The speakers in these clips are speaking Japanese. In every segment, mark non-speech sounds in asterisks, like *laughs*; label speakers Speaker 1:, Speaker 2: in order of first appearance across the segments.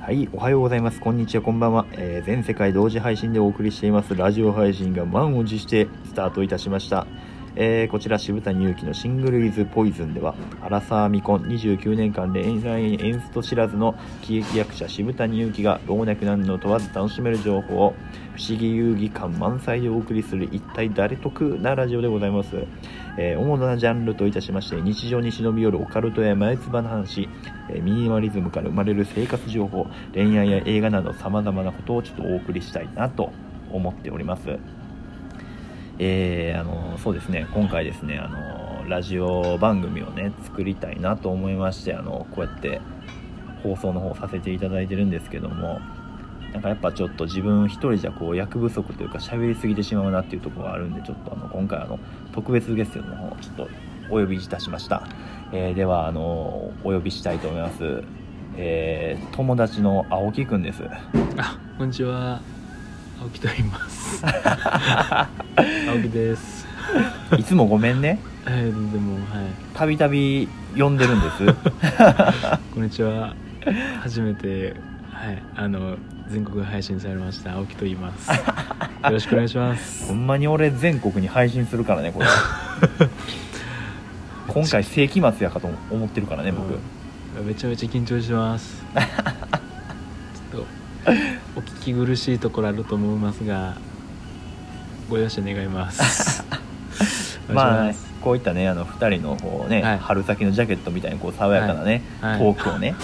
Speaker 1: はい、おはようございます。こんにちは、こんばんは。えー全世界同時配信でお送りしていますラジオ配信が満を持してスタートいたしました。えーこちら渋谷祐樹のシングルイズポイズンでは、アラサー未婚29年間恋愛にエンスト知らずの喜劇役者渋谷祐樹が老若男女問わず楽しめる情報を不思議遊戯感満載でお送りする一体誰得なラジオでございます。えー主なジャンルといたしまして日常に忍び寄るオカルトや前つばの話、えーミニマリズムから生まれる生活情報恋愛や映画などさまざまなことをちょっとお送りしたいなと思っておりますえーあのそうですね今回ですねあのラジオ番組をね作りたいなと思いましてあのこうやって放送の方させていただいてるんですけどもなんかやっぱちょっと自分一人じゃこう役不足というか喋りすぎてしまうなっていうところがあるんでちょっとあの今回あの特別ゲストの方をちょっとお呼びいたしました、えーではあのお呼びしたいと思います、えー友達の青木くんです
Speaker 2: *laughs* あこんにちは青木と言いま
Speaker 1: *laughs*
Speaker 2: す青木です
Speaker 1: いつもごめんね
Speaker 2: えー、でもはい
Speaker 1: たびたび呼んでるんです
Speaker 2: *laughs* こんにちは初めてはいあの全国配信されました青木と言いますよろしくお願いしま
Speaker 1: ほ
Speaker 2: す
Speaker 1: んまに俺全国に配信するからねこ
Speaker 2: *laughs*
Speaker 1: れ今回世紀末やかと思ってるからね僕、
Speaker 2: うんめちゃめちゃ緊張してますちょっとお聞き苦しいところあると思いますがご容赦願います
Speaker 1: *laughs*
Speaker 2: お
Speaker 1: ま
Speaker 2: 願
Speaker 1: あ
Speaker 2: いしす
Speaker 1: こういったねあの2人のこう、ね
Speaker 2: はい
Speaker 1: 春先のジャケットみたいにこう爽やかなね、
Speaker 2: はい
Speaker 1: トークをね、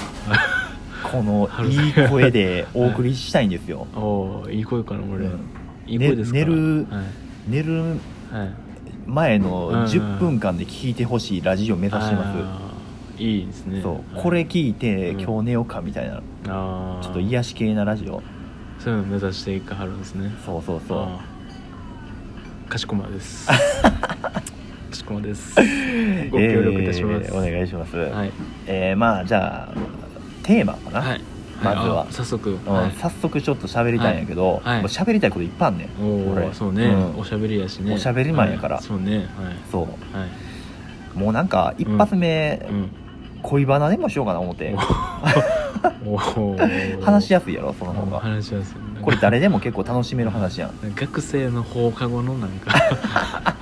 Speaker 1: この
Speaker 2: 春
Speaker 1: いい
Speaker 2: 先
Speaker 1: 声でお送りしたいんですよ、
Speaker 2: おーいい声かな俺、
Speaker 1: うん
Speaker 2: いい声ですか
Speaker 1: ね寝る
Speaker 2: は
Speaker 1: 寝る
Speaker 2: い、はい
Speaker 1: 前
Speaker 2: うんうん
Speaker 1: の10分間で聞いてほしいラジオを目指してま
Speaker 2: あーいいです
Speaker 1: す、
Speaker 2: ね
Speaker 1: そう
Speaker 2: はい
Speaker 1: これ聞いて、
Speaker 2: うん
Speaker 1: 今日寝ようかみたいな
Speaker 2: あー
Speaker 1: ちょっと癒し系なラジオ
Speaker 2: そういうの目指していかはるんですね
Speaker 1: そうそうそう
Speaker 2: あーかしこまで
Speaker 1: *laughs*
Speaker 2: すかしこまですご協力いたします、
Speaker 1: えーお願いします、
Speaker 2: はい、
Speaker 1: えーまあじゃあテーマかな、
Speaker 2: はい、
Speaker 1: まずは
Speaker 2: あ早速、
Speaker 1: うん
Speaker 2: はい
Speaker 1: 早速ちょっと喋りたいんやけど、
Speaker 2: はいはい
Speaker 1: もう喋りたいこといっぱいあんねん
Speaker 2: おお
Speaker 1: 俺
Speaker 2: そうね、
Speaker 1: うん
Speaker 2: おしゃべりやしね
Speaker 1: おしゃべりマンやから
Speaker 2: はいそうね
Speaker 1: そう
Speaker 2: はい、はい
Speaker 1: もうなんか一発目、
Speaker 2: うん、
Speaker 1: 恋バナでもしようかな思って
Speaker 2: おお
Speaker 1: *laughs* 話し
Speaker 2: や
Speaker 1: やすいやろその方が
Speaker 2: 話しやすい
Speaker 1: これ誰でも結構楽しめる話やん
Speaker 2: *laughs* 学生の放課後のなん
Speaker 1: *laughs*
Speaker 2: か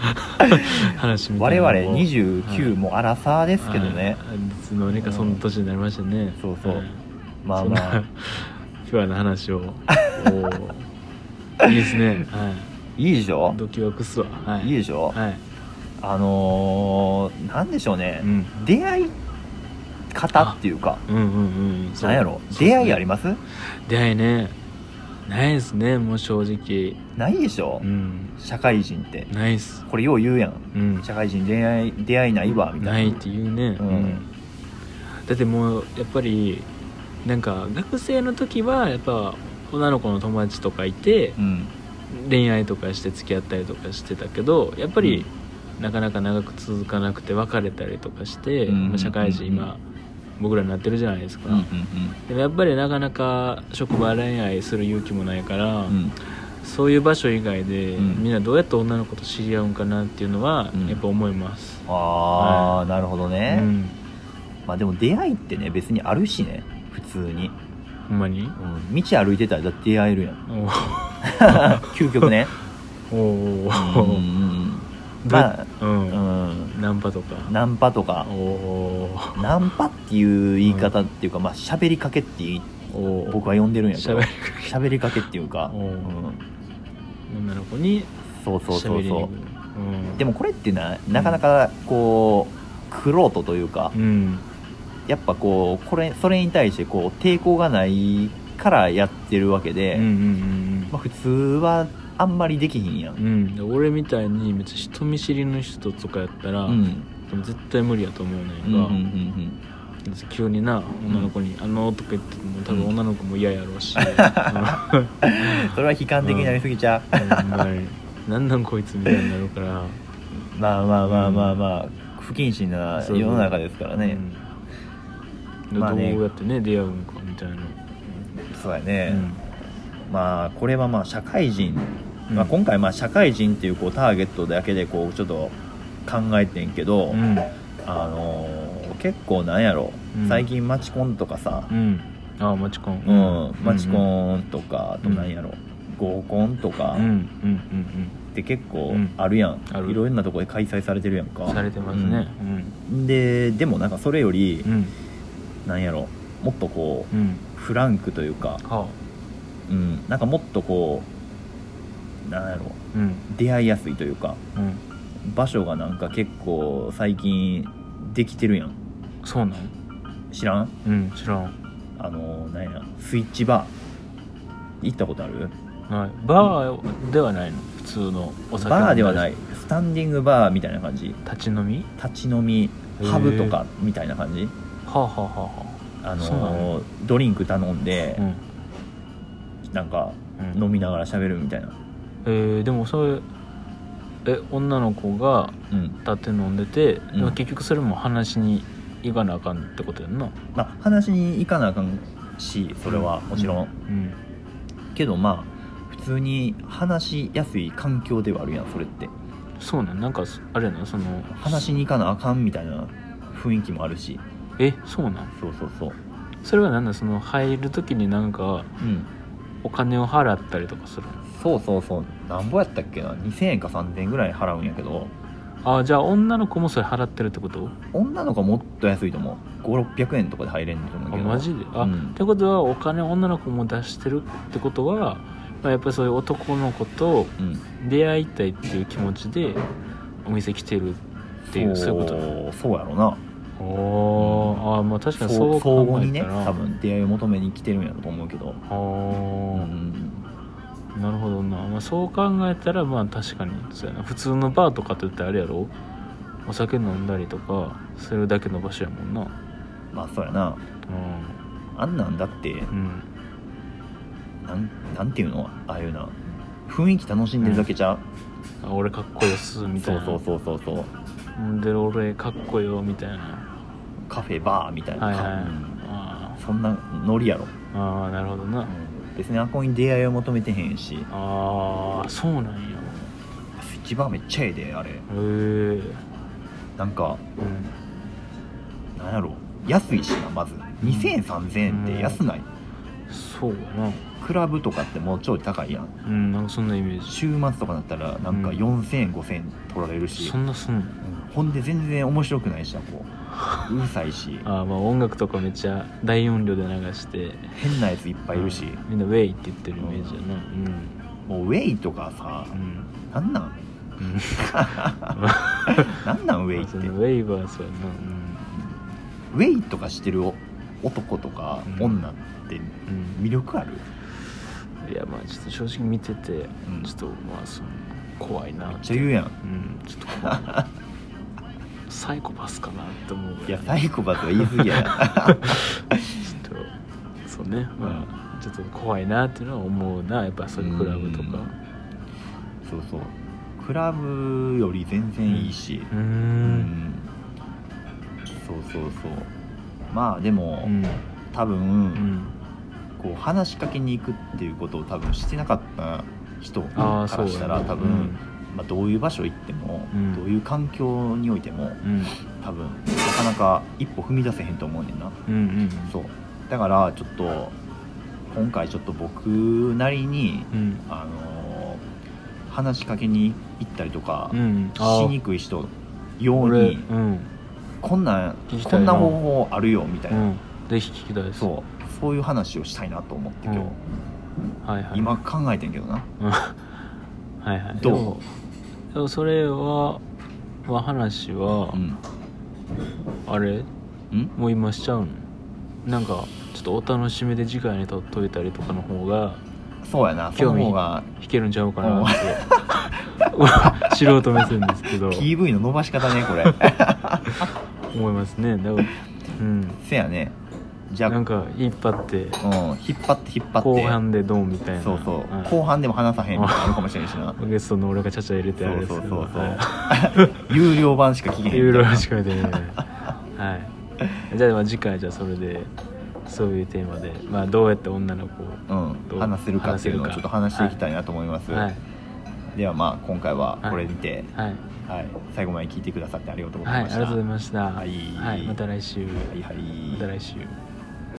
Speaker 2: 話みた
Speaker 1: 我
Speaker 2: いな
Speaker 1: 々
Speaker 2: のを
Speaker 1: 29もアラサーですけどね、
Speaker 2: はいいつの間にかその年になりましたね、
Speaker 1: そうそう
Speaker 2: はい
Speaker 1: まあ
Speaker 2: そん
Speaker 1: まあ
Speaker 2: なピュアな
Speaker 1: *laughs*
Speaker 2: 話をおーいいですねはい
Speaker 1: いでしょ
Speaker 2: 度胸くすわはい
Speaker 1: いでしょ、
Speaker 2: はい
Speaker 1: あのー、なんでしょうね、
Speaker 2: うん
Speaker 1: 出会い方っていうか
Speaker 2: うんうんうんそう
Speaker 1: なんやろ
Speaker 2: そう
Speaker 1: 出会いあります
Speaker 2: 出会いねないですねもう正直
Speaker 1: ないでしょ、
Speaker 2: うん
Speaker 1: 社会人って
Speaker 2: ないっす
Speaker 1: これよう言うやん
Speaker 2: うん
Speaker 1: 社会人恋愛出会いないわみた
Speaker 2: ないいっていうね、
Speaker 1: うん
Speaker 2: だってもうやっぱりなんか学生の時はやっぱ女の子の友達とかいて
Speaker 1: なうん
Speaker 2: 恋愛とかして付き合ったりとかしてたけどやっぱりなかなか長く続かなくて別れたりとかして、
Speaker 1: うん
Speaker 2: まあ社会人今僕らになってるじゃないですか、
Speaker 1: うんうん
Speaker 2: でもやっぱりなかなか職場恋愛する勇気もないから、
Speaker 1: うんうん
Speaker 2: そういう場所以外で、
Speaker 1: うん
Speaker 2: みんなどうやって女の子と知り合うんかなっていうのは、
Speaker 1: うん
Speaker 2: やっぱ思います、
Speaker 1: ああ、なるほどね、
Speaker 2: うん
Speaker 1: まあでも出会いってね別にあるしね普通に、
Speaker 2: ほんまに
Speaker 1: うん、道歩いてたらだって出会えるや
Speaker 2: *laughs*
Speaker 1: ん
Speaker 2: おー
Speaker 1: 究極
Speaker 2: *laughs*
Speaker 1: ね
Speaker 2: おーお
Speaker 1: うんうん
Speaker 2: ー
Speaker 1: うん
Speaker 2: ど
Speaker 1: ま
Speaker 2: うや
Speaker 1: あ
Speaker 2: う
Speaker 1: うんん
Speaker 2: ナンパとか
Speaker 1: ナンパとか
Speaker 2: おー
Speaker 1: ナンパっていう言い方っていうかまあ喋りかけっていい
Speaker 2: おー
Speaker 1: 僕は呼んでるんやけど
Speaker 2: 喋り
Speaker 1: 喋りかけっていうか、
Speaker 2: お
Speaker 1: う、
Speaker 2: *laughs* うん女の子に
Speaker 1: そうそうそ
Speaker 2: 喋
Speaker 1: う
Speaker 2: りに行
Speaker 1: そう
Speaker 2: く
Speaker 1: でもこれってななかなかこう玄人というか
Speaker 2: うん、うん
Speaker 1: やっぱこうこれそれに対してこう抵抗がないからやってるわけで、
Speaker 2: うんうん
Speaker 1: まあ、普通はあんまりできひんや、
Speaker 2: うんうんんで俺みたいにめっちゃ人見知りの人とかやったら、
Speaker 1: うん
Speaker 2: でも絶対無理やと思うね
Speaker 1: うんうんうん
Speaker 2: んか、急にな女の子に「あの」とか言っても多分女の子も嫌やろ
Speaker 1: *laughs*
Speaker 2: うし、うん
Speaker 1: うんそれは悲観的になりすぎちゃう、
Speaker 2: ほんまになんなんこいつみたいになるから
Speaker 1: まあまあまあまあまあ、不謹慎な世の中ですからね、
Speaker 2: うんで
Speaker 1: まあね
Speaker 2: どうやってね出会うんかみたいな、
Speaker 1: そうやね、
Speaker 2: うん
Speaker 1: まあこれはまあ社会人、
Speaker 2: うん
Speaker 1: まあ、今回まあ社会人っていうこうターゲットだけでこうちょっと考えてんけど、
Speaker 2: うん
Speaker 1: あのー結構なんやろ、
Speaker 2: うん
Speaker 1: 最近マチコンとかさ、
Speaker 2: うんああマチコン
Speaker 1: うんマチコンとか、あとなんやろ合コンとか
Speaker 2: うんうんうん
Speaker 1: って結構
Speaker 2: うん
Speaker 1: あるやん、
Speaker 2: ある
Speaker 1: いろんなとこで開催されてるやん
Speaker 2: う
Speaker 1: か
Speaker 2: んされてますねうん
Speaker 1: うんででもなんかそれより、
Speaker 2: うん
Speaker 1: なんやろもっとこう、
Speaker 2: うん
Speaker 1: フランクというか、
Speaker 2: は
Speaker 1: うん、なんかもっとこうなんやろ
Speaker 2: あうん
Speaker 1: 出会いやすいというか
Speaker 2: うん
Speaker 1: 場所がなんか結構最近できてるやん
Speaker 2: そうなん
Speaker 1: 知らん
Speaker 2: うん知らん
Speaker 1: あのなんやスイッチバー行ったことある
Speaker 2: はいバーではないの普通のお酒
Speaker 1: バーではないいスタンディングバーみたいな感じ
Speaker 2: 立ち飲み
Speaker 1: 立ち飲み
Speaker 2: へー
Speaker 1: ハブとかみたいな感じ
Speaker 2: はあはあはあは
Speaker 1: あ
Speaker 2: そうな
Speaker 1: の
Speaker 2: の
Speaker 1: ドリンク頼んで
Speaker 2: あ、うん
Speaker 1: なんか
Speaker 2: うん
Speaker 1: 飲みながら喋るみたいな
Speaker 2: えーでもそれえ女の子が
Speaker 1: うん
Speaker 2: 立って飲んでて、
Speaker 1: ん
Speaker 2: でも結局それも話に行かなあかんってことやんな
Speaker 1: まあ話に行かなあかんしそれはもちろん、
Speaker 2: うん
Speaker 1: けどまあ普通に話しやすい環境ではあるやんそれって
Speaker 2: そうなんなんかそあれやなその
Speaker 1: 話しに行かなあかんみたいな雰囲気もあるし
Speaker 2: えそうなん
Speaker 1: そうそうそう
Speaker 2: それはなんだその入る時になんか
Speaker 1: うん
Speaker 2: お金を払ったりとかするの
Speaker 1: そうそうそうなんぼやったっけな2000円か3000円ぐらい払うんやけど
Speaker 2: あじゃあ女の子もそれ払ってるってこと
Speaker 1: 女の子はもっと安いと思う5600円とかで入れんと思う
Speaker 2: あ
Speaker 1: けど
Speaker 2: マジであ、
Speaker 1: う
Speaker 2: っ
Speaker 1: ん
Speaker 2: てことはお金女の子も出してるってことは、まあ、やっぱりそういう男の子と
Speaker 1: うん
Speaker 2: 出会いたいっていう気持ちでお店来てるっていうそういうこと
Speaker 1: そうそうやろな
Speaker 2: おおー、あーまあ確かにそ
Speaker 1: そうう相
Speaker 2: 考
Speaker 1: 互
Speaker 2: え
Speaker 1: に
Speaker 2: た
Speaker 1: ね
Speaker 2: ら
Speaker 1: 多分出会いを求めに来てるんやろと思うけどう
Speaker 2: あー
Speaker 1: ん
Speaker 2: なるほどな、まあ、そう考えたらまあ確かにそうやな普通のバーとかって言ってあれやろお酒飲んだりとかするだけの場所やもんな
Speaker 1: まあそうやなあんなんだって
Speaker 2: うん、うん、
Speaker 1: なんなんていうのああいうな雰囲気楽しんでるだけじゃう、
Speaker 2: あ俺かっこよっすみたい
Speaker 1: そう
Speaker 2: な
Speaker 1: そうそうそうそう
Speaker 2: うんで俺かっこよみたいな
Speaker 1: カフェバーみたいな、
Speaker 2: はいはい
Speaker 1: うん
Speaker 2: あー
Speaker 1: そんなノリやろ、
Speaker 2: あーなるほどな
Speaker 1: 別にあこに出会いを求めてへんし
Speaker 2: ああそうなんや
Speaker 1: スイッチバーめっちゃええであれ
Speaker 2: へえうん
Speaker 1: なんかなんやろ安いしなまず2000円3000円って安ない、
Speaker 2: そうやな
Speaker 1: クラブとかってもうちょい高いやん
Speaker 2: うんなんかそんなイメージ
Speaker 1: 週末とかだったらなんか
Speaker 2: うん
Speaker 1: 4000円5000円取られるし、
Speaker 2: そんなすんの
Speaker 1: うんほんで全然面白くないしなこううるさいし
Speaker 2: あーまあ音楽とかめっちゃ大音量で流して
Speaker 1: 変なやついっぱいいるし、
Speaker 2: みんなウェイって言ってるイメージやな
Speaker 1: もうウェイとかさ、
Speaker 2: うんうん
Speaker 1: なんなん
Speaker 2: うん
Speaker 1: なんなんウェイっ
Speaker 2: そ
Speaker 1: て
Speaker 2: のウェイバーそうやなうん
Speaker 1: ウェイとかしてるお男とか
Speaker 2: うん
Speaker 1: 女って魅力ある、
Speaker 2: うんいやまあちょっと正直見てて
Speaker 1: うん
Speaker 2: ちょっとまあその怖いな
Speaker 1: めっちゃ言うやん
Speaker 2: うんちょっと怖い
Speaker 1: *laughs*
Speaker 2: サイコパスかなって思うぐ
Speaker 1: いや
Speaker 2: らい
Speaker 1: サイコパスは言い過ぎや
Speaker 2: *laughs* ちょっとそうねまあちょっと怖いなっていうのは思うなやっぱそういうクラブとか
Speaker 1: そうそうクラブより全然いいし
Speaker 2: うー
Speaker 1: うんそうそうそうまあでも、
Speaker 2: うん
Speaker 1: 多分、
Speaker 2: うん
Speaker 1: こう話しかけに行くっていうことを多分してなかった人
Speaker 2: あ
Speaker 1: か
Speaker 2: あそう
Speaker 1: ら
Speaker 2: や
Speaker 1: した
Speaker 2: な
Speaker 1: ら多分、まあ、どういう場所行っても、
Speaker 2: うん
Speaker 1: どういう環境においても
Speaker 2: うん
Speaker 1: 多分なかなか一歩踏み出せへんと思うねんな
Speaker 2: うんうんうん
Speaker 1: そうだからちょっと今回ちょっと僕なりに、
Speaker 2: うん
Speaker 1: あのー話しかけに行ったりとか
Speaker 2: うん
Speaker 1: し
Speaker 2: あー
Speaker 1: にくい人よう
Speaker 2: 俺
Speaker 1: に
Speaker 2: うん
Speaker 1: こんなん
Speaker 2: 聞きた
Speaker 1: こ
Speaker 2: い
Speaker 1: ん
Speaker 2: な
Speaker 1: な方法あるよみたいうな、
Speaker 2: んぜひ聞きたいです
Speaker 1: そうそういう話をしたいなと思って今日、
Speaker 2: うんはいはい
Speaker 1: 今考えてんけどな
Speaker 2: うんはいはい
Speaker 1: どう
Speaker 2: でもでもそれはは話は、
Speaker 1: うん
Speaker 2: あれ
Speaker 1: うん
Speaker 2: もう今しちゃうのなんかちょっとお楽しみで次回にとっといたりとかの方が
Speaker 1: そうやなそ
Speaker 2: 興
Speaker 1: の
Speaker 2: 味
Speaker 1: 方が
Speaker 2: 弾けるんちゃうかなって *laughs* 素人目線ですけど
Speaker 1: PV の伸ばし方ねこ
Speaker 2: *laughs*
Speaker 1: れ
Speaker 2: 思いますねだからうん
Speaker 1: せやねじゃあ
Speaker 2: なんか引っ張って
Speaker 1: うん、引っ張って引っ張って
Speaker 2: 後半でどうみたいな
Speaker 1: そうそう、
Speaker 2: はい
Speaker 1: 後半でも話さへんみたいなのあるかもしれんし
Speaker 2: *laughs*
Speaker 1: な
Speaker 2: ゲストの俺がちゃちゃ入れてあ
Speaker 1: そ
Speaker 2: れで
Speaker 1: う
Speaker 2: す
Speaker 1: そう
Speaker 2: けど
Speaker 1: そうそう、
Speaker 2: はい
Speaker 1: *laughs* 有料版しか聞けへん
Speaker 2: いろい
Speaker 1: みた
Speaker 2: ろ
Speaker 1: いな
Speaker 2: しか見てないは
Speaker 1: *laughs*
Speaker 2: いじゃあまあ次回じゃあそれでそういうテーマで、まあ、どうやって女の子を
Speaker 1: う
Speaker 2: ど
Speaker 1: ん、
Speaker 2: う
Speaker 1: 話せるかっていうのをちょ
Speaker 2: 話せ
Speaker 1: っ
Speaker 2: る
Speaker 1: と
Speaker 2: か
Speaker 1: 話していきたいなと思います、
Speaker 2: はい
Speaker 1: ではまあ今回はこれにて、
Speaker 2: はい、
Speaker 1: はい最後まで聞いてくださってありがとうご
Speaker 2: は
Speaker 1: ざ
Speaker 2: い、あ
Speaker 1: い
Speaker 2: り
Speaker 1: ま
Speaker 2: が
Speaker 1: した、
Speaker 2: とうございました
Speaker 1: はい
Speaker 2: また来週
Speaker 1: はいはい
Speaker 2: また来週